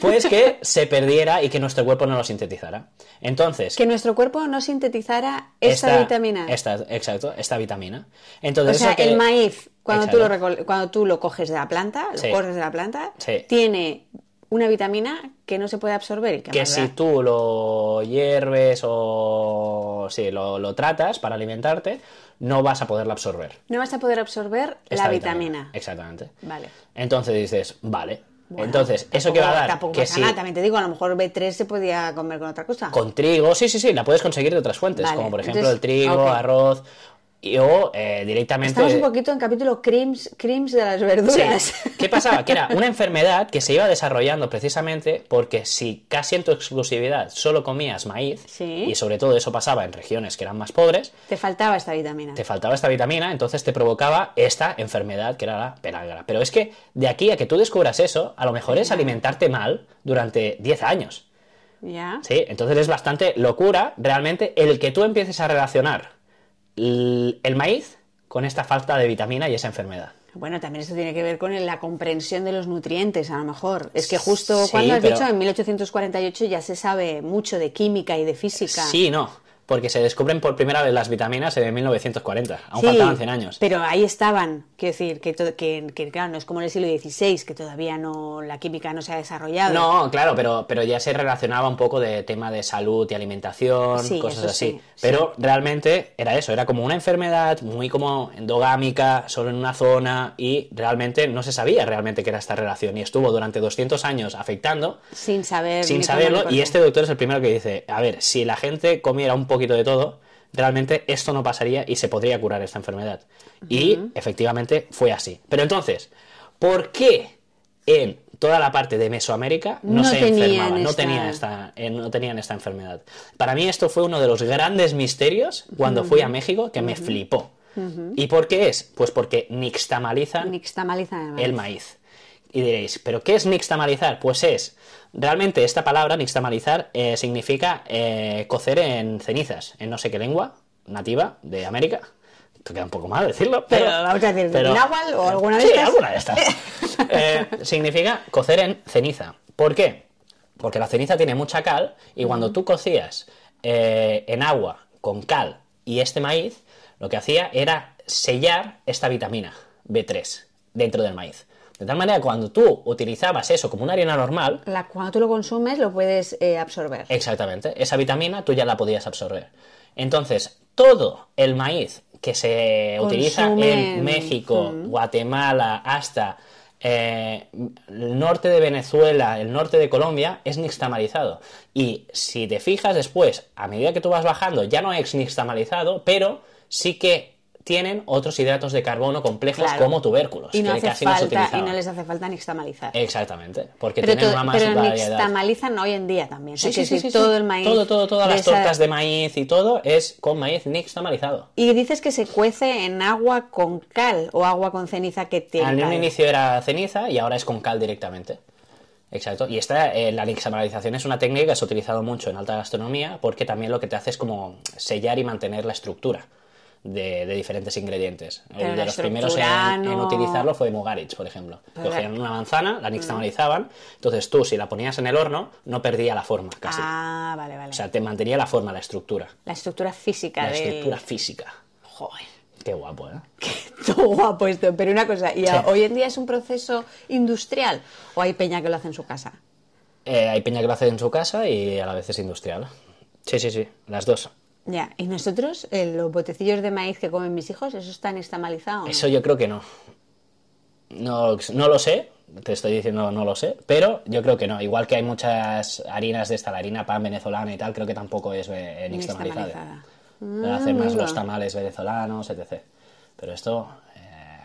S2: pues que se perdiera y que nuestro cuerpo no lo sintetizara. Entonces,
S1: Que nuestro cuerpo no sintetizara esta, vitamina.
S2: Esta, exacto, esta vitamina. Entonces,
S1: o sea,
S2: eso que-
S1: el maíz, cuando tú, lo
S2: Exacto.
S1: recol- cuando tú lo coges de la planta, lo
S2: Sí.
S1: corres de la planta,
S2: Sí.
S1: tiene una vitamina que no se puede absorber y que,
S2: que
S1: además
S2: si
S1: da-
S2: tú lo hierves o sí, lo, lo tratas para alimentarte, no vas a poderla absorber.
S1: no vas a poder absorber
S2: esta
S1: la vitamina.
S2: Exactamente.
S1: Vale.
S2: Entonces dices, vale.
S1: Bueno,
S2: Entonces, ¿eso que va a
S1: tampoco-
S2: dar?
S1: Tampoco
S2: que
S1: pasa
S2: si
S1: nada, también te digo, a lo mejor B3 se podía comer con otra cosa.
S2: con trigo, sí, sí, sí, la puedes conseguir de otras fuentes,
S1: Vale,
S2: como por ejemplo
S1: entonces,
S2: el trigo,
S1: ok.
S2: arroz, y, o eh, directamente...
S1: Estamos un poquito en capítulo crims, crims de las
S2: Sí.
S1: verduras.
S2: ¿Qué pasaba? Que era una enfermedad que se iba desarrollando precisamente porque si casi en tu exclusividad solo comías maíz,
S1: Sí.
S2: y sobre todo eso pasaba en regiones que eran más pobres,
S1: Te faltaba esta vitamina.
S2: te faltaba esta vitamina, entonces te provocaba esta enfermedad que era la pelágra. Pero es que de aquí a que tú descubras eso, a lo mejor es alimentarte mal durante 10 años.
S1: ¿Ya?
S2: Sí, entonces es bastante locura realmente el que tú empieces a relacionar l- el maíz con esta falta de vitamina y esa enfermedad.
S1: Bueno, también esto tiene que ver con la comprensión de los nutrientes, a lo mejor. Es que justo
S2: Sí,
S1: cuando has
S2: pero-
S1: dicho, en 1848 ya se sabe mucho de química y de física.
S2: Sí, y no, porque se descubren por primera vez las vitaminas en 1940, aún
S1: Sí,
S2: faltaban 100 años.
S1: Pero ahí estaban, quiero decir, que, to- que, que, claro, no es como en el siglo XVI, que todavía no la química no se ha desarrollado.
S2: No, claro, pero, pero ya se relacionaba un poco de tema de salud y alimentación,
S1: Sí,
S2: cosas
S1: eso
S2: así.
S1: sí,
S2: pero realmente era eso, era como una enfermedad muy como endogámica, solo en una zona, y realmente no se sabía realmente que era esta relación. Y estuvo durante 200 años afectando
S1: Sin saber.
S2: sin
S1: ni cómo ni
S2: saberlo.
S1: por
S2: Y
S1: qué.
S2: este doctor es el primero que dice, a ver, si la gente comiera un poquito de todo, realmente esto no pasaría y se podría curar esta enfermedad. Y efectivamente fue así. Pero entonces, ¿por qué en toda la parte de Mesoamérica no,
S1: No
S2: se
S1: tenían
S2: enfermaba? No,
S1: esta-
S2: tenía esta, eh, no tenían esta enfermedad. Para mí esto fue uno de los grandes misterios cuando fui a México que me flipó. ¿Y por qué es? Pues porque nixtamalizan
S1: Nixtamalizan el maíz.
S2: el maíz. Y diréis, ¿pero qué es nixtamalizar? Pues es, realmente esta palabra nixtamalizar eh, significa eh, cocer en cenizas, en no sé qué lengua nativa de América. Esto queda un poco mal decirlo, pero...
S1: Pero vamos a decir,
S2: pero-
S1: náhuatl o alguna de
S2: Sí,
S1: estas.
S2: alguna de estas. Eh, significa cocer en ceniza. ¿Por qué? Porque la ceniza tiene mucha cal y cuando tú cocías eh, en agua con cal y este maíz, lo que hacía era sellar esta vitamina B3 dentro del maíz. De tal manera que cuando tú utilizabas eso como una harina normal,
S1: La- cuando tú lo consumes, lo puedes eh, absorber.
S2: Exactamente. Esa vitamina tú ya la podías absorber. Entonces, todo el maíz que se utiliza en
S1: Consumen.
S2: México, Guatemala, hasta eh, el norte de Venezuela, el norte de Colombia, es nixtamalizado. Y si te fijas después, a medida que tú vas bajando, ya no es nixtamalizado, pero sí que tienen otros hidratos de carbono complejos
S1: Claro.
S2: como tubérculos,
S1: y no
S2: pues que
S1: hace
S2: casi no se
S1: falta, y
S2: utilizaban.
S1: no les hace falta nixtamalizar.
S2: Exactamente, porque
S1: pero
S2: tienen
S1: to-
S2: una más
S1: pero
S2: variedad.
S1: nixtamalizan hoy en día también. O sea,
S2: Sí, sí,
S1: quiero
S2: sí,
S1: decir,
S2: sí, sí.
S1: todo el maíz.
S2: Todo, todo, todas
S1: de
S2: las
S1: esa-
S2: tortas de maíz y todo es con maíz nixtamalizado.
S1: Y dices que se cuece en agua con cal o agua con ceniza que tiene.
S2: Al un
S1: cal.
S2: inicio era ceniza y ahora es con cal directamente. Exacto. Y esta, eh, la nixtamalización es una técnica que se ha utilizado mucho en alta gastronomía porque también lo que te hace es como sellar y mantener la estructura de, de diferentes ingredientes.
S1: Pero
S2: de
S1: la
S2: los primeros
S1: estructura
S2: en, en
S1: no-
S2: utilizarlo fue Mugaritz, por ejemplo.
S1: Pero- Mm.
S2: Cogían una manzana, la nixtamalizaban, entonces tú si la ponías en el horno no perdía la forma casi.
S1: Ah, vale, vale.
S2: O sea, te mantenía la forma, la estructura.
S1: la estructura física
S2: La
S1: del.
S2: estructura física.
S1: Joder.
S2: Qué guapo, ¿eh?
S1: Todo guapo esto, pero una cosa, ¿y a-
S2: Sí.
S1: hoy en día es un proceso industrial o hay peña que lo hace en su casa?
S2: Eh, hay piña que lo hace en su casa y a la vez es industrial. Sí, sí, sí, las dos.
S1: Ya, y nosotros, eh, los botecillos de maíz que comen mis hijos, eso está nixtamalizado. o no?
S2: Eso yo creo que no. No, no lo sé, te estoy diciendo no lo sé, pero yo creo que no. Igual que hay muchas harinas de esta, la harina pan venezolana y tal, creo que tampoco es eh, nixtamalizada.
S1: Nixtamalizada.
S2: Lo hacen más
S1: amigo.
S2: los tamales venezolanos, etc. Pero esto, eh,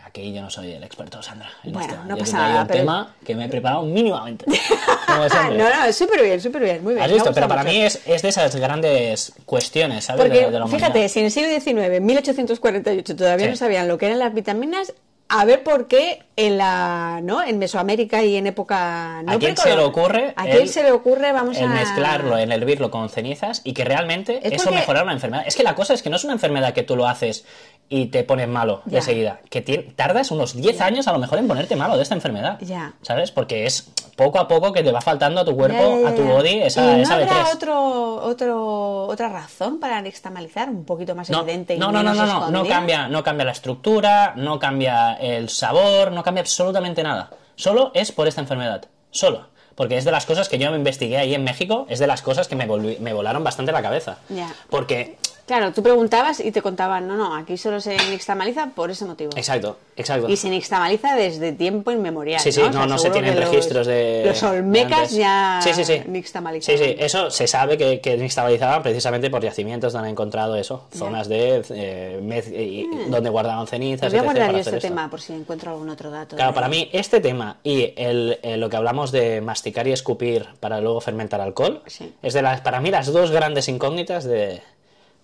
S2: aquí yo no soy el experto, Sandra. en
S1: Bueno,
S2: esto.
S1: no
S2: Yo te
S1: pasa
S2: traigo
S1: nada,
S2: un
S1: pero-
S2: tema que me he preparado mínimamente. como siempre.
S1: Ah, no, no, súper bien, súper bien, muy bien.
S2: ¿Has
S1: me
S2: visto?
S1: gusta
S2: Pero para
S1: mucho.
S2: mí es, es de esas grandes cuestiones, ¿sabes?
S1: Porque,
S2: de, de la humanidad.
S1: fíjate, si en el siglo XIX, en 1848, todavía
S2: Sí.
S1: no sabían lo que eran las vitaminas, a ver por qué en la ¿no? en Mesoamérica y en época no
S2: ¿A quién se
S1: precolo-
S2: le ocurre?
S1: ¿A
S2: el-
S1: quién se le ocurre? Vamos
S2: el
S1: a
S2: mezclarlo, el hervirlo con cenizas y que realmente
S1: Es
S2: eso
S1: porque-
S2: mejorara una enfermedad. Es que la cosa es que no es una enfermedad que tú lo haces y te pones malo
S5: Ya.
S2: de seguida. Que tien- tardas unos 10 años a lo mejor en ponerte malo de esta enfermedad.
S5: Ya.
S2: ¿Sabes? Porque es poco a poco que te va faltando a tu cuerpo,
S5: Ya, ya,
S2: a tu
S5: ya.
S2: body,
S1: ¿Y
S2: esa,
S1: no
S2: esa
S1: habrá
S2: B3.
S1: otro, otro, otra razón para anextamalizar un poquito más
S2: No,
S1: evidente? y
S2: no, no, no,
S1: menos
S2: no, no, no
S1: escondida?
S2: cambia, no cambia la estructura, no cambia el sabor, no cambia absolutamente nada. Solo es por esta enfermedad, solo. Porque es de las cosas que yo me investigué ahí en México, es de las cosas que me, volví- me volaron bastante la cabeza.
S1: Ya.
S2: Porque
S1: Claro, tú preguntabas y te contaban, no, no, aquí solo se nixtamaliza por ese motivo.
S2: Exacto, exacto.
S1: Y se nixtamaliza desde tiempo inmemorial.
S2: Sí, sí,
S1: ¿no? O
S2: no,
S1: sea,
S2: no se
S1: seguro
S2: tienen
S1: que los-
S2: registros de.
S1: Los olmecas
S2: de antes.
S1: ya
S2: Sí, sí, sí.
S1: nixtamalizaban.
S2: Sí, sí, eso se sabe que, que nixtamalizaban precisamente por yacimientos donde han encontrado eso, zonas de. eh, mez- y- donde guardaban
S1: Me
S2: cenizas.
S1: Ah. voy a
S2: etc.,
S1: guardar
S2: para
S1: yo
S2: hacer
S1: este
S2: esto.
S1: tema por si encuentro algún otro dato.
S2: Claro,
S1: de-
S2: para mí este tema y el, el- lo que hablamos de masticar y escupir para luego fermentar alcohol
S1: Sí.
S2: es de las, para mí las dos grandes incógnitas de,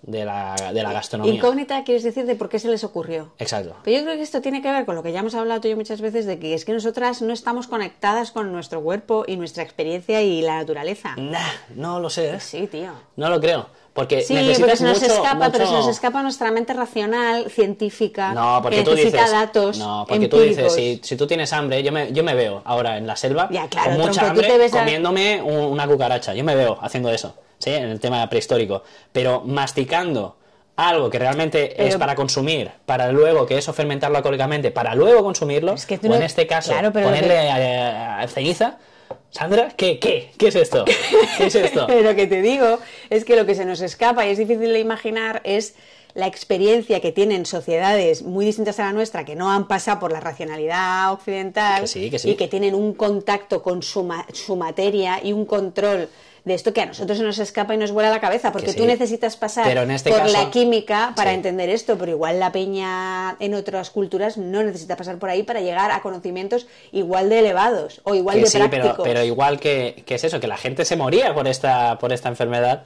S2: de, la, de la gastronomía.
S1: Incógnita quieres decir de por qué se les ocurrió.
S2: Exacto.
S1: Pero yo creo que esto tiene que ver con lo que ya hemos hablado tú y yo muchas veces de que es que nosotras no estamos conectadas con nuestro cuerpo y nuestra experiencia y la naturaleza.
S2: Nah, no lo sé. ¿eh?
S1: Sí, tío.
S2: No lo creo. Porque
S1: Sí,
S2: Eh, necesitas
S1: porque se nos
S2: mucho-
S1: escapa, pero se nos
S2: mucho-
S1: escapa nuestra mente racional, científica,
S2: No, porque
S1: que
S2: tú
S1: necesita
S2: dices.
S1: datos
S2: no, porque
S1: empíricos.
S2: tú dices, si, si tú tienes hambre, yo me, yo me veo ahora en la selva
S1: Ya, claro,
S2: con mucha
S1: tronco, tú
S2: hambre
S1: te ves a-
S2: comiéndome un- una cucaracha. Yo me veo haciendo eso, ¿sí? En el tema prehistórico. Pero masticando algo que realmente es
S1: Pero-
S2: para consumir, para luego que eso fermentarlo alcohólicamente, para luego consumirlo,
S1: Es que tú
S2: o en
S1: no-
S2: este caso,
S1: claro, pero lo
S2: ponerle eh, ceniza. Sandra, ¿qué, qué? ¿Qué es esto? ¿Qué es esto?
S1: Pero que te digo es que lo que se nos escapa y es difícil de imaginar es la experiencia que tienen sociedades muy distintas a la nuestra que no han pasado por la racionalidad occidental
S2: Que sí, que sí.
S1: y que tienen un contacto con su, ma- su materia y un control de esto que a nosotros se nos escapa y nos vuela la cabeza porque
S2: Que sí.
S1: tú necesitas pasar
S2: Pero en este
S1: por
S2: caso-
S1: la química para
S2: Sí.
S1: entender esto pero igual la peña en otras culturas no necesita pasar por ahí para llegar a conocimientos igual de elevados o igual
S2: Que
S1: de
S2: sí, pero,
S1: prácticos
S2: pero igual que, que es eso, que la gente se moría por esta, por esta enfermedad.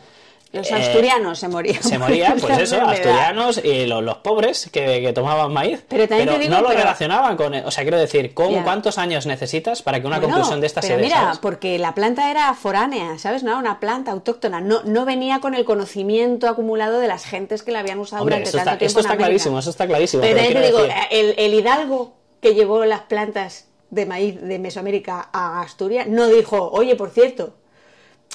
S1: los
S2: Eh,
S1: asturianos se morían por
S2: se morían,
S1: esta
S2: pues eso,
S1: enfermedad.
S2: asturianos y lo- los, pobres que, que tomaban maíz.
S1: Pero también te digo,
S2: no lo
S1: pero-
S2: relacionaban con. e, O sea, quiero decir, ¿cómo-
S1: Ya.
S2: ¿cuántos años necesitas para que una
S1: Bueno,
S2: conclusión de esta
S1: pero
S2: se dé,
S1: mira, pues,
S2: ¿sabes?
S1: porque la planta era foránea, ¿sabes? No era una planta autóctona, no, no venía con el conocimiento acumulado de las gentes que la habían usado
S2: Hombre,
S1: durante
S2: esto
S1: tanto
S2: está,
S1: tiempo
S2: esto
S1: en
S2: está
S1: América.
S2: clarísimo, eso está clarísimo.
S1: Pero,
S2: Pero,
S1: también te
S2: quiero
S1: digo, el,
S2: decir,
S1: el hidalgo que llevó las plantas de maíz de Mesoamérica a Asturias no dijo, oye, por cierto,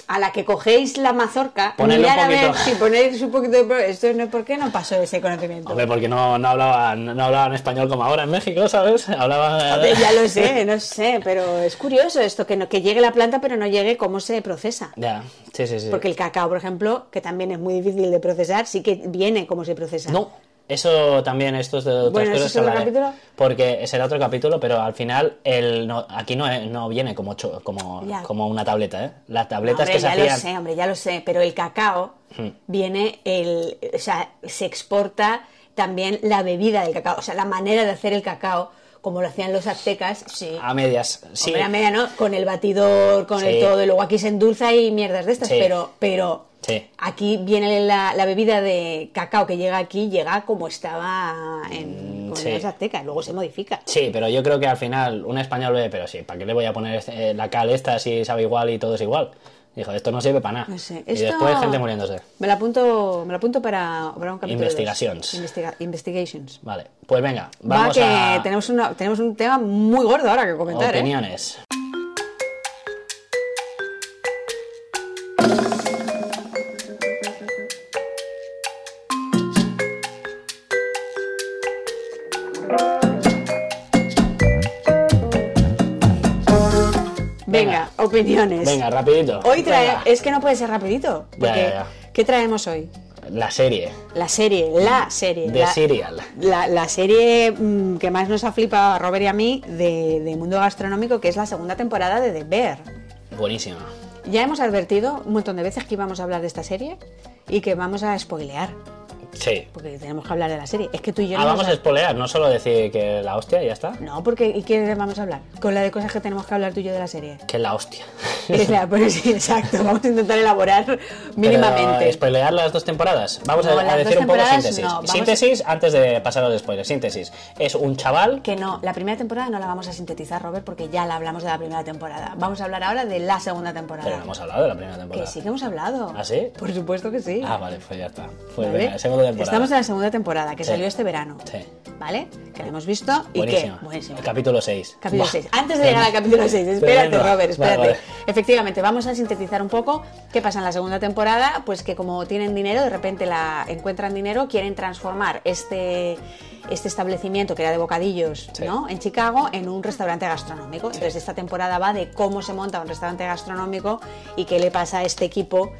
S1: a la que cogéis la mazorca,
S2: Ponedle un
S1: mirad a ver
S2: poquito".
S1: si ponéis un poquito de... pro- Esto no, ¿Por qué no pasó ese conocimiento?
S2: hombre, porque no, no, hablaban, no hablaban español como ahora en México, ¿sabes? Hablaban.
S1: Hombre, ya lo sé, no sé, pero es curioso esto, que, no, que llegue la planta pero no llegue cómo se procesa.
S2: Ya, sí, sí, sí.
S1: Porque el cacao, por ejemplo, que también es muy difícil de procesar, sí que viene cómo se procesa.
S2: No, eso también, esto es de otras
S1: Bueno, ¿eso
S2: cosas
S1: es
S2: que
S1: otro
S2: hablaré.
S1: capítulo?
S2: Porque será otro capítulo, pero al final el no- aquí no, eh, no viene como, cho- como,
S1: Ya.
S2: como una tableta, ¿eh? Las tabletas
S1: Hombre,
S2: que se
S1: ya
S2: hacían... Hmm.
S1: lo sé, hombre, ya lo sé, pero el cacao viene, el, o sea, se exporta también la bebida del cacao, o sea, la manera de hacer el cacao, como lo hacían los aztecas, sí.
S2: A medias, sí.
S1: Hombre, a media, ¿no? Con el batidor, con el
S2: Sí.
S1: todo, y luego aquí se endulza y mierdas de estas,
S2: Sí.
S1: pero, pero
S2: Sí.
S1: aquí viene la, la bebida de cacao que llega aquí, llega como estaba en con
S2: Mm, sí.
S1: los aztecas, luego se modifica.
S2: Sí, pero yo creo que al final un español ve, pero sí, ¿para qué le voy a poner este- eh, la cal esta si sabe igual y todo es igual? Dijo, esto no sirve para nada.
S1: No sé,
S2: Y
S1: esto-
S2: después gente muriéndose.
S1: Me la apunto, me la apunto para, para un capítulo. dos.
S2: Investigaciones.
S1: Investiga- investigations.
S2: Vale, pues venga,
S1: Va
S2: vamos
S1: que
S2: a
S1: tenemos, una, tenemos un tema muy gordo ahora que comentar. ¿eh?
S2: opiniones.
S1: Venga, opiniones.
S2: Venga, rapidito.
S1: Hoy trae,
S2: Venga.
S1: es que no puede ser rapidito. Porque,
S2: ya,
S1: ¿Qué traemos hoy?
S2: La serie
S1: La serie, la serie.
S2: de
S1: la,
S2: Serial.
S1: la, la serie mm, que más nos ha flipado a Robert y a mí de, de mundo gastronómico, que es la segunda temporada de The Bear.
S2: Buenísima.
S1: Ya hemos advertido un montón de veces que íbamos a hablar de esta serie y que vamos a spoilear,
S2: Sí.
S1: porque tenemos que hablar de la serie. Es que tú y yo
S2: Ah,
S1: no
S2: vamos
S1: nos-
S2: a espolear, no solo decir que la hostia y ya está.
S1: No, porque ¿y qué vamos a hablar? Con la de cosas que tenemos que hablar tú y yo de la serie.
S2: Que la hostia.
S1: Es la- pero sí, exacto. Vamos a intentar elaborar mínimamente.
S2: Pero, eh, ¿Spoilear las dos temporadas? Vamos a-
S1: No,
S2: a,
S1: las dos
S2: decir un poco
S1: temporadas
S2: síntesis.
S1: no, vamos a-
S2: Síntesis antes de pasar a los spoilers. Síntesis. Es un chaval
S1: Que no, la primera temporada no la vamos a sintetizar, Robert, porque ya la hablamos de la primera temporada. Vamos a hablar ahora de la segunda temporada.
S2: Pero no hemos hablado de la primera temporada.
S1: Que sí que hemos hablado.
S2: ¿Ah, sí?
S1: Por supuesto que sí.
S2: Ah, vale, pues ya está. Pues
S1: ¿Vale?
S2: venga, segunda temporada.
S1: Estamos en la segunda temporada, que
S2: Sí.
S1: salió este verano.
S2: Sí.
S1: ¿Vale? Que la hemos visto y que...
S2: Buenísima.
S1: Buenísima.
S2: El capítulo 6.
S1: Capítulo 6. Antes de llegar al capítulo 6, espérate,
S2: Tremendo.
S1: Robert, espérate.
S2: Vale, vale.
S1: Efectivamente, vamos a sintetizar un poco qué pasa en la segunda temporada, pues que como tienen dinero, de repente la encuentran dinero, quieren transformar este este establecimiento que era de bocadillos,
S2: Sí.
S1: ¿no? En Chicago, en un restaurante gastronómico. Entonces esta temporada va de cómo se monta un restaurante gastronómico y qué le pasa a este equipo,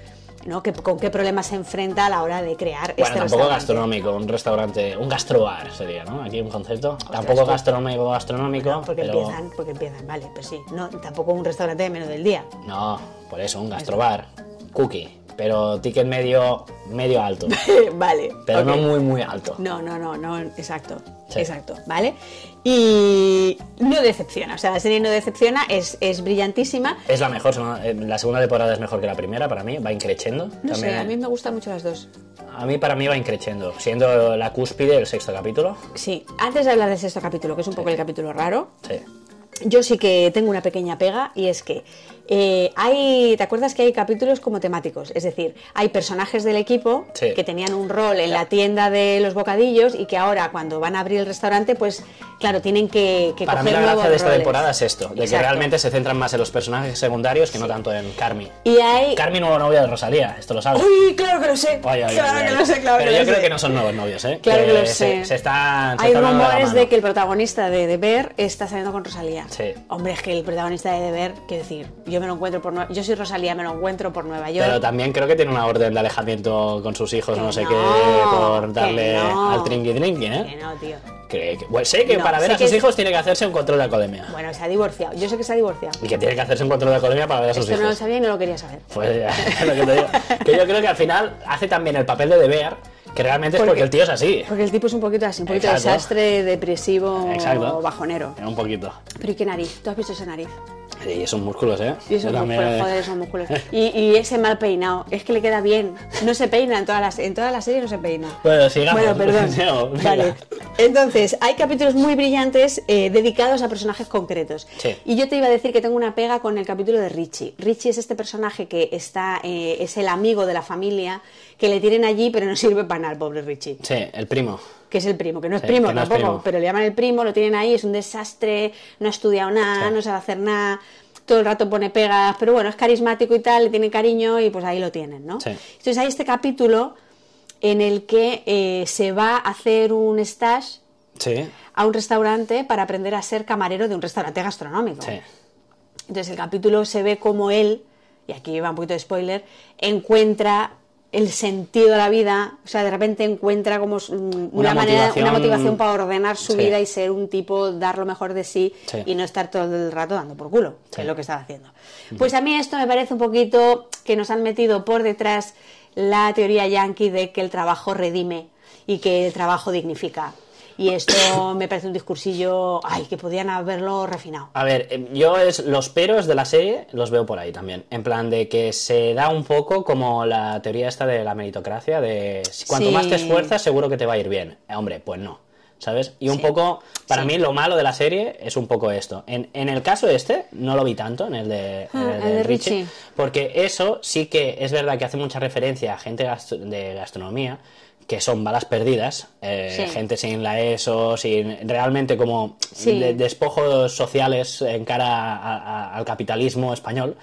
S1: ¿no? Que, con qué problemas se enfrenta a la hora de crear
S2: Bueno,
S1: este
S2: tampoco
S1: restaurante.
S2: gastronómico, un restaurante, un gastrobar sería, ¿no? Aquí un concepto. tampoco
S1: tú.
S2: gastronómico, gastronómico,
S1: No, pues- porque
S2: pero...
S1: empiezan, porque empiezan, vale, pues sí. No, tampoco un restaurante de menos del día.
S2: No, por eso,
S1: Pues
S2: un gastrobar, cookie, pero ticket medio, medio alto,
S1: vale.
S2: pero
S1: ok.
S2: no muy, muy alto.
S1: No, no, no, no, exacto.
S2: Sí.
S1: Exacto, ¿vale? Y no decepciona, o sea, la serie no decepciona, es, es brillantísima.
S2: Es la mejor, ¿no? Eh, la segunda temporada es mejor que la primera para mí, va increciendo.
S1: No sé,
S2: también.
S1: a mí me gustan mucho las dos.
S2: a mí para mí va increciendo, siendo la cúspide el sexto capítulo.
S1: Sí, antes de hablar del sexto capítulo, que es un poco el capítulo raro,
S2: Sí.
S1: yo sí que tengo una pequeña pega y es que eh, hay, ¿te acuerdas que hay capítulos como temáticos? Es decir, hay personajes del equipo
S2: Sí.
S1: que tenían un rol en la tienda de los bocadillos y que ahora cuando van a abrir el restaurante, pues claro, tienen que, que
S2: Para mí
S1: coger
S2: la
S1: nuevos
S2: gracia de esta
S1: roles.
S2: temporada es esto, de que
S1: Exacto.
S2: realmente se centran más en los personajes secundarios que no tanto en Carmi.
S1: Y hay...
S2: Carmi nueva novia de Rosalía, esto lo sabes.
S1: ¡Uy, claro que lo sé!
S2: Ay, ay,
S1: claro
S2: ay,
S1: que
S2: ay.
S1: lo sé, claro
S2: Pero
S1: que
S2: yo
S1: lo
S2: creo
S1: sé.
S2: que no son nuevos novios, ¿eh?
S1: Claro que lo
S2: se-
S1: sé.
S2: Se están. se
S1: Hay
S2: están dando la
S1: rumores
S2: mano.
S1: de que el protagonista de Deber está saliendo con Rosalía.
S2: Sí.
S1: Hombre, es que el protagonista de Deber, quiero decir, yo me lo encuentro por Nue- yo soy Rosalía, me lo encuentro por Nueva York.
S2: Pero también creo que tiene una orden de alejamiento con sus hijos,
S1: Que
S2: no sé
S1: no,
S2: qué, por
S1: que
S2: darle
S1: no.
S2: al trinqui trinqui,
S1: Que
S2: ¿eh?
S1: no, tío.
S2: Cree que- bueno, sé que
S1: No,
S2: para ver
S1: sé
S2: a
S1: que
S2: sus
S1: es-
S2: hijos tiene que hacerse un control de alcoholemia.
S1: Bueno, se ha divorciado. Yo sé que se ha divorciado.
S2: Y que tiene que hacerse un control de alcoholemia para ver a sus
S1: Esto no lo
S2: hijos.
S1: sabía y no lo quería saber.
S2: Pues ya, lo que te digo. Que yo creo que al final hace también el papel de deber, que realmente es
S1: Porque-
S2: porque el tío es así.
S1: Porque el tipo es un poquito así, un poquito
S2: Exacto.
S1: desastre, depresivo,
S2: Exacto.
S1: bajonero.
S2: Un poquito.
S1: Pero ¿y qué nariz? ¿Tú has visto esa nariz?
S2: Y esos músculos, ¿eh?
S1: Y esos
S2: Yo también-
S1: músculos, joder, esos músculos. Y, y ese mal peinado, es que le queda bien. No se peina en todas las, en todas las series no se peina.
S2: Bueno, sigamos.
S1: Bueno, perdón.
S2: Sigamos, venga.
S1: vale. Entonces, hay capítulos muy brillantes eh, dedicados a personajes concretos.
S2: Sí.
S1: Y yo te iba a decir que tengo una pega con el capítulo de Richie. Richie es este personaje que está, eh, es el amigo de la familia, que le tienen allí, pero no sirve para nada, el pobre Richie
S2: Sí, el primo.
S1: que es el primo, que no es
S2: Sí,
S1: primo
S2: que no es
S1: tampoco,
S2: primo.
S1: pero le llaman el primo, lo tienen ahí, es un desastre, no ha estudiado nada,
S2: Sí.
S1: no sabe hacer nada, todo el rato pone pegas, pero bueno, es carismático y tal, le tiene cariño y pues ahí lo tienen, ¿no?
S2: Sí.
S1: Entonces hay este capítulo en el que eh, se va a hacer un stash
S2: Sí.
S1: a un restaurante para aprender a ser camarero de un restaurante gastronómico.
S2: Sí.
S1: Entonces el capítulo se ve como él, y aquí va un poquito de spoiler, encuentra el sentido de la vida, o sea, de repente encuentra como s- mm, una,
S2: Una
S1: manera, una
S2: motivación-
S1: motivación para ordenar su
S2: Sí.
S1: vida y ser un tipo, dar lo mejor de sí,
S2: Sí.
S1: y no estar todo el rato dando por culo, que
S2: Sí.
S1: es lo que estaba haciendo. Pues a mí esto me parece un poquito que nos han metido por detrás la teoría yankee de que el trabajo redime y que el trabajo dignifica. Y esto me parece un discursillo, ay, que podían haberlo refinado.
S2: A ver, eh, yo es los peros de la serie los veo por ahí también. En plan de que se da un poco como la teoría esta de la meritocracia, de si- cuanto
S1: Sí.
S2: más te esfuerzas seguro que te va a ir bien. Eh, hombre, pues no. ¿Sabes? Y un
S1: Sí.
S2: poco, para
S1: Sí.
S2: mí lo malo de la serie es un poco esto. En, en el caso este, no lo vi tanto, en el de, en
S1: Ah, el de Richie.
S2: porque eso sí que es verdad que hace mucha referencia a gente gastro- de gastronomía, que son balas perdidas, eh,
S1: Sí.
S2: gente sin la ESO, sin realmente como
S1: Sí.
S2: de- despojos sociales en cara a- a- al capitalismo español,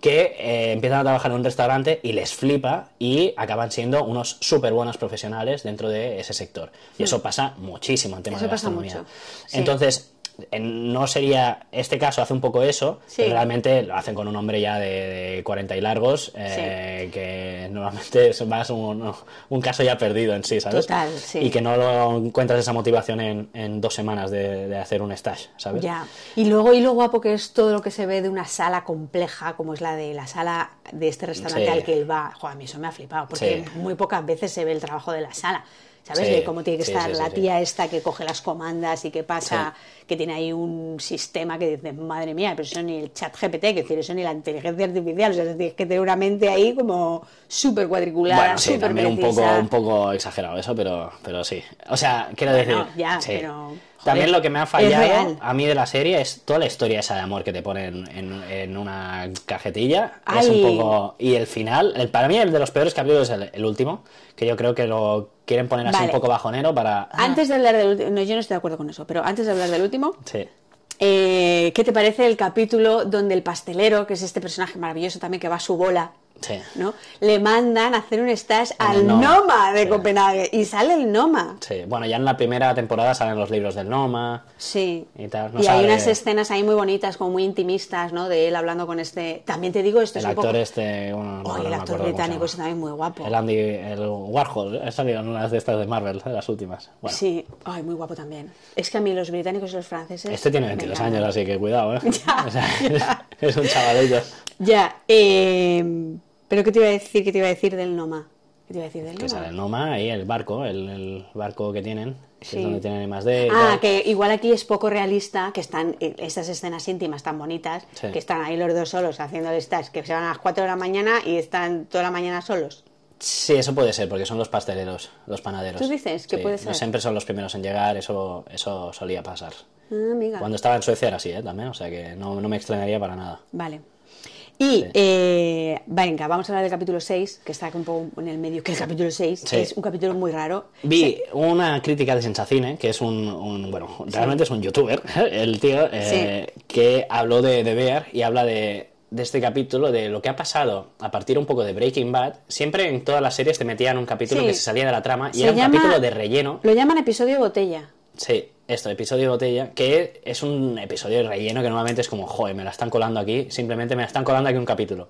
S2: que eh, empiezan a trabajar en un restaurante y les flipa y acaban siendo unos súper buenos profesionales dentro de ese sector. Y eso pasa muchísimo en temas
S1: Hmm. Eso
S2: de
S1: pasa
S2: gastronomía.
S1: mucho, sí.
S2: Entonces, en- no sería este caso, hace un poco eso,
S1: Sí.
S2: pero realmente lo hacen con un hombre ya de, de 40 y largos, eh, que normalmente es más un, un caso ya perdido en sí, ¿sabes?
S1: Total, sí.
S2: Y que no lo encuentras esa motivación en, en dos semanas de, de hacer un stash, ¿sabes?
S1: Ya. Y luego, y lo guapo que es todo lo que se ve de una sala compleja, como es la de la sala de este restaurante
S2: Sí.
S1: al que él va. Joder, a mí eso me ha flipado, porque
S2: Sí.
S1: muy pocas veces se ve el trabajo de la sala. ¿sabes?
S2: Sí,
S1: de cómo tiene que
S2: sí,
S1: estar
S2: sí, sí,
S1: la
S2: sí.
S1: tía esta que coge las comandas y que pasa, que tiene ahí un sistema que dices, madre mía, pero eso ni el chat GPT, que es decir, eso ni la inteligencia artificial, o sea, tienes que tener una mente ahí como súper cuadriculada,
S2: Bueno, sí,
S1: súper
S2: también un poco,
S1: precisa.
S2: un poco exagerado eso, pero, pero sí. O sea, quiero
S1: Bueno,
S2: decir.
S1: ya,
S2: sí.
S1: pero, joder,
S2: también lo que me ha
S1: es real.
S2: fallado a mí de la serie es toda la historia esa de amor que te ponen en, en una cajetilla. Es un
S1: Ay.
S2: poco. Y el final, el- para mí el de los peores capítulos es el, el último, que yo creo que lo quieren poner así
S1: Vale. Ah.
S2: un poco bajonero para.
S1: Antes de hablar del último, no, yo no estoy de acuerdo con eso, pero antes de hablar del último,
S2: Sí.
S1: eh, ¿qué te parece el capítulo donde el pastelero, que es este personaje maravilloso también que va a su bola,
S2: Sí.
S1: ¿no? Le mandan a hacer un stage al
S2: Noma.
S1: Noma, de
S2: Sí.
S1: Copenhague y sale el Noma.
S2: Sí. Bueno, ya en la primera temporada salen los libros del Noma.
S1: Sí.
S2: Y tal, no
S1: Y hay
S2: sale
S1: unas escenas ahí muy bonitas, como muy intimistas, ¿no? De él hablando con este. También te digo, esto
S2: El
S1: es un
S2: actor
S1: poco.
S2: este. bueno,
S1: Oh,
S2: no
S1: el actor
S2: me acuerdo cómo se
S1: británico
S2: llama.
S1: es también muy guapo.
S2: El Andy, el Warhol, ha salido en unas de estas de Marvel, de las últimas. Bueno,
S1: Sí, ay, muy guapo también. Es que a mí los británicos y los franceses.
S2: este tiene
S1: me
S2: 22
S1: encantan.
S2: años, así que cuidado, ¿eh?
S1: Ya,
S2: O sea, Es un chavalillo.
S1: Ya, eh, pero ¿qué te iba a decir? ¿Qué te iba a decir del Noma? ¿Qué te iba a decir del
S2: Que
S1: Noma?
S2: sale el Noma y el barco, el, el barco que tienen, que
S1: Sí.
S2: es donde tienen más de...
S1: Ah, que igual aquí es poco realista, que están eh, estas escenas íntimas tan bonitas,
S2: Sí.
S1: que están ahí los dos solos haciendo el stash, que se van a las 4 de la mañana y están toda la mañana solos.
S2: Sí, eso puede ser, porque son los pasteleros, los panaderos.
S1: ¿Tú dices que
S2: Sí,
S1: puede
S2: no
S1: ser?
S2: Siempre son los primeros en llegar, eso, eso solía pasar.
S1: Ah, amiga.
S2: Cuando estaba en Suecia era así, ¿eh? También, o sea que no, no me extrañaría para nada.
S1: Vale. Y, eh, venga, vamos a hablar del capítulo 6, que está un poco en el medio, que el capítulo 6
S2: Sí.
S1: es un capítulo muy raro.
S2: Vi una crítica de Sensacine, que es un, un- bueno, realmente es un youtuber, el tío, eh, que habló de, de Bear y habla de, de este capítulo, de lo que ha pasado a partir un poco de Breaking Bad. Siempre en todas las series te metían un capítulo
S1: Sí.
S2: que se salía de la trama y
S1: Se
S2: era un
S1: llama-
S2: capítulo de relleno.
S1: Lo llaman episodio botella.
S2: Sí, esto, episodio de botella, que es un episodio de relleno que normalmente es como, joder, me la están colando aquí, simplemente me la están colando aquí un capítulo.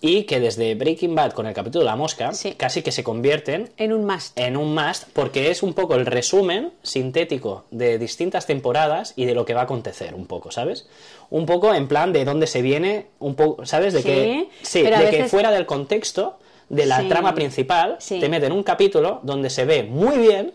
S2: Y que desde Breaking Bad con el capítulo La Mosca,
S1: Sí.
S2: casi que se convierten
S1: En un must.
S2: en un must porque es un poco el resumen sintético de distintas temporadas y de lo que va a acontecer un poco, ¿sabes? Un poco en plan de dónde se viene, un poco, ¿sabes? De
S1: Sí,
S2: que sí,
S1: pero a
S2: de que
S1: veces-
S2: fuera del contexto de la
S1: Sí,
S2: trama principal
S1: sí.
S2: te meten un capítulo donde se ve muy bien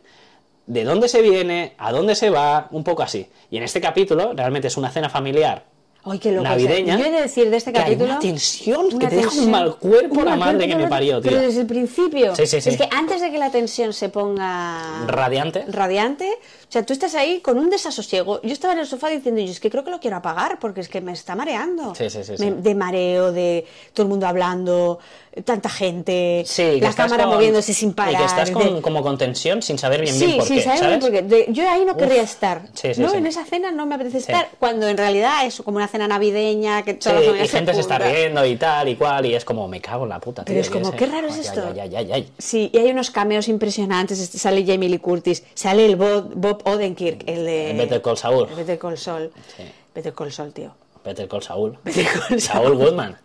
S2: de dónde se viene, a dónde se va, un poco así. Y en este capítulo realalmente es una cena familiar
S1: Ay, qué loco.
S2: navideña.
S1: o sea, yo he de decir de este
S2: que hay
S1: capítulo.
S2: una tensión que
S1: una
S2: te deja un
S1: tensión,
S2: mal cuerpo
S1: un
S2: la
S1: mal
S2: madre que
S1: cuerpo,
S2: me parió, tío.
S1: Pero desde el principio.
S2: Sí, sí, sí.
S1: Es que antes de que la tensión se ponga
S2: Radiante.
S1: radiante, o sea, tú estás ahí con un desasosiego. Yo estaba en el sofá diciendo, yo es que creo que lo quiero apagar porque es que me está mareando.
S2: Sí, sí, sí,
S1: Me-
S2: sí.
S1: De mareo, de todo el mundo hablando, tanta gente,
S2: Sí, que
S1: la
S2: estás
S1: cámara
S2: con-
S1: moviéndose sin parar.
S2: Y que estás con,
S1: de-
S2: como con tensión sin saber bien
S1: Sí,
S2: bien por
S1: sí,
S2: qué,
S1: ¿sabes?
S2: ¿sabes?
S1: Porque de- yo ahí no querría estar.
S2: sí, sí,
S1: no,
S2: sí.
S1: en esa cena no me apetece
S2: Sí.
S1: estar. Cuando en realidad es como una cena navideña, que
S2: Sí,
S1: toda la familia
S2: y gente se está
S1: junta.
S2: riendo y tal y cual, y es como, me cago en la puta, tío.
S1: Pero es
S2: que
S1: como,
S2: ese-
S1: qué raro es
S2: Ay, ay,
S1: esto.
S2: Ay, ay, ay, ay.
S1: Sí, y hay unos cameos impresionantes. Este- Sale Jamie Lee Curtis, sale el Bob, Bob Odenkirk, el de.
S2: El Better Call Saul.
S1: el Better Call Saul.
S2: Sí.
S1: Better Call Saul, tío.
S2: Better Call Saul.
S1: Better Call Saul.
S2: Saul Goodman.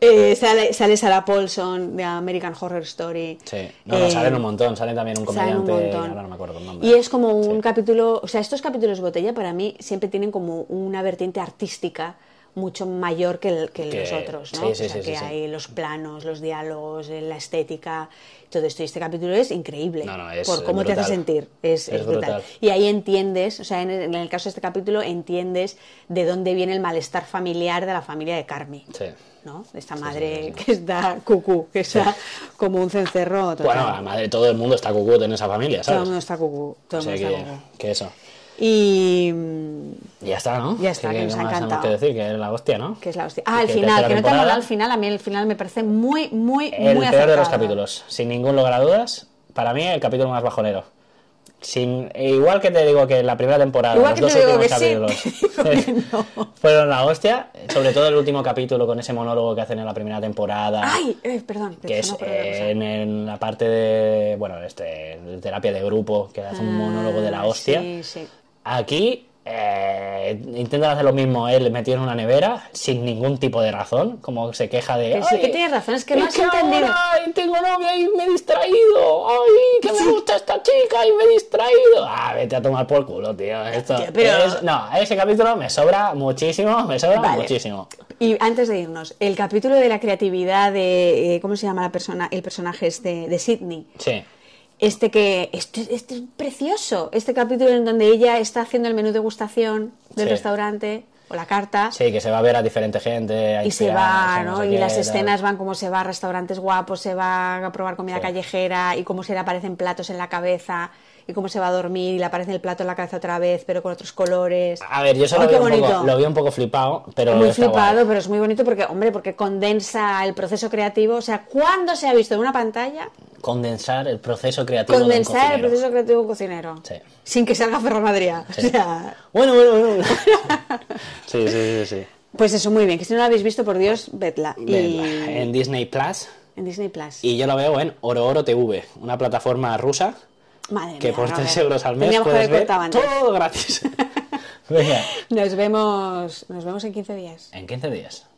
S1: Eh, sale, sale Sarah Paulson de American Horror Story.
S2: Sí. No, no,
S1: Eh,
S2: salen un montón. Salen también un
S1: Salen
S2: comediante.
S1: un montón.
S2: Ahora no me acuerdo el nombre.
S1: Y es como un
S2: Sí.
S1: capítulo, o sea, estos capítulos botella para mí siempre tienen como una vertiente artística mucho mayor que, el- que
S2: Que-
S1: los otros, ¿no?
S2: sí, sí,
S1: o sea,
S2: sí, sí,
S1: que
S2: sí.
S1: hay los planos, los diálogos, eh, la estética, todo esto. Y este capítulo es increíble
S2: No, no, es
S1: por cómo te hace
S2: brutal.
S1: sentir. Es,
S2: Es
S1: es brutal.
S2: brutal.
S1: Y ahí entiendes, o sea, en el, en el caso de este capítulo entiendes de dónde viene el malestar familiar de la familia de Carmi.
S2: Sí.
S1: ¿no? De esta
S2: Sí,
S1: madre
S2: sí, sí, sí.
S1: que está cucú, que está como un cencerro total.
S2: Bueno, la madre, todo el mundo está cucut en esa familia,
S1: todo el
S2: ¿sabes?
S1: mundo está cucú, todo
S2: o
S1: el
S2: sea
S1: mundo está
S2: que,
S1: cucú.
S2: que eso.
S1: Y mm,
S2: Ya está, ¿no?
S1: Ya está,
S2: ¿Qué-
S1: que
S2: qué
S1: nos ha
S2: más tenemos
S1: encantado.
S2: que decir, que es la hostia, ¿no?
S1: que es la hostia. Ah, el
S2: Que
S1: final,
S2: tercera
S1: que no te han hablado
S2: temporada.
S1: al final, a mí el final me parece muy, muy,
S2: El
S1: muy
S2: peor de los
S1: acertado.
S2: capítulos, sin ningún lugar a dudas. Para mí, el capítulo más bajonero. Sin, e igual que te digo que la primera temporada,
S1: Igual
S2: los
S1: que
S2: dos
S1: te digo que
S2: últimos
S1: sí,
S2: capítulos
S1: te digo que no.
S2: fueron la hostia. Sobre todo el último capítulo con ese monólogo que hacen en la primera temporada.
S1: Ay, eh, perdón,
S2: que
S1: se
S2: es
S1: me ha ocurrido una cosa.
S2: en, en la parte de. Bueno, este, de terapia de grupo, que hace un monólogo de la
S1: Ah,
S2: hostia.
S1: Sí, sí.
S2: Aquí eh, intentan hacer lo mismo, él metido en una nevera sin ningún tipo de razón, como se queja de...
S1: Pero sí
S2: "Ay,
S1: que tienes razón, es que no has entendido".
S2: ahora tengo novia y me he distraído. Ay, que me gusta esta chica y me he distraído. Ah, vete a tomar por culo, tío. Esto
S1: Tío, pero-
S2: es- no, ese capítulo me sobra muchísimo, me sobra
S1: Vale.
S2: muchísimo.
S1: Y antes de irnos, el capítulo de la creatividad de eh, ¿cómo se llama la persona? El personaje este de Sidney.
S2: Sí.
S1: Este que este, este es precioso, este capítulo en donde ella está haciendo el menú degustación del
S2: Sí.
S1: restaurante o la carta.
S2: Sí, que se va a ver a diferente gente. a
S1: Y se
S2: inspirarse,
S1: va, ¿no?
S2: sé
S1: y
S2: qué,
S1: las
S2: tal.
S1: escenas van como se va a restaurantes guapos, se va a probar comida
S2: Sí.
S1: callejera y cómo se le aparecen platos en la cabeza y cómo se va a dormir y le aparece el plato en la cabeza otra vez, pero con otros colores.
S2: A ver, yo solo
S1: ¡Ay, qué
S2: lo, vi un poco,
S1: bonito!
S2: lo vi un poco flipado, pero.
S1: muy
S2: Ah, está guay.
S1: flipado, pero es muy bonito porque, hombre, porque condensa el proceso creativo. O sea, ¿cuándo se ha visto en una pantalla
S2: Condensar el proceso creativo. de un
S1: condensar el
S2: cocinero.
S1: proceso creativo de un cocinero?
S2: Sí.
S1: Sin que salga Ferran Adrià.
S2: Sí.
S1: O sea,
S2: Bueno, bueno, bueno. sí, sí, sí. sí.
S1: pues eso, muy bien. Que si no la habéis visto, por Dios, vedla. Y
S2: Bien, En Disney Plus.
S1: en Disney Plus.
S2: eh. Y yo lo veo en Oro Oro TV, una plataforma rusa
S1: Madre
S2: que
S1: mía,
S2: por 3
S1: Robert.
S2: euros al mes
S1: Teníamos que
S2: puedes
S1: haber
S2: ver
S1: cortado antes.
S2: todo gratis. Venga,
S1: Nos vemos, nos vemos en 15 días.
S2: en 15 días.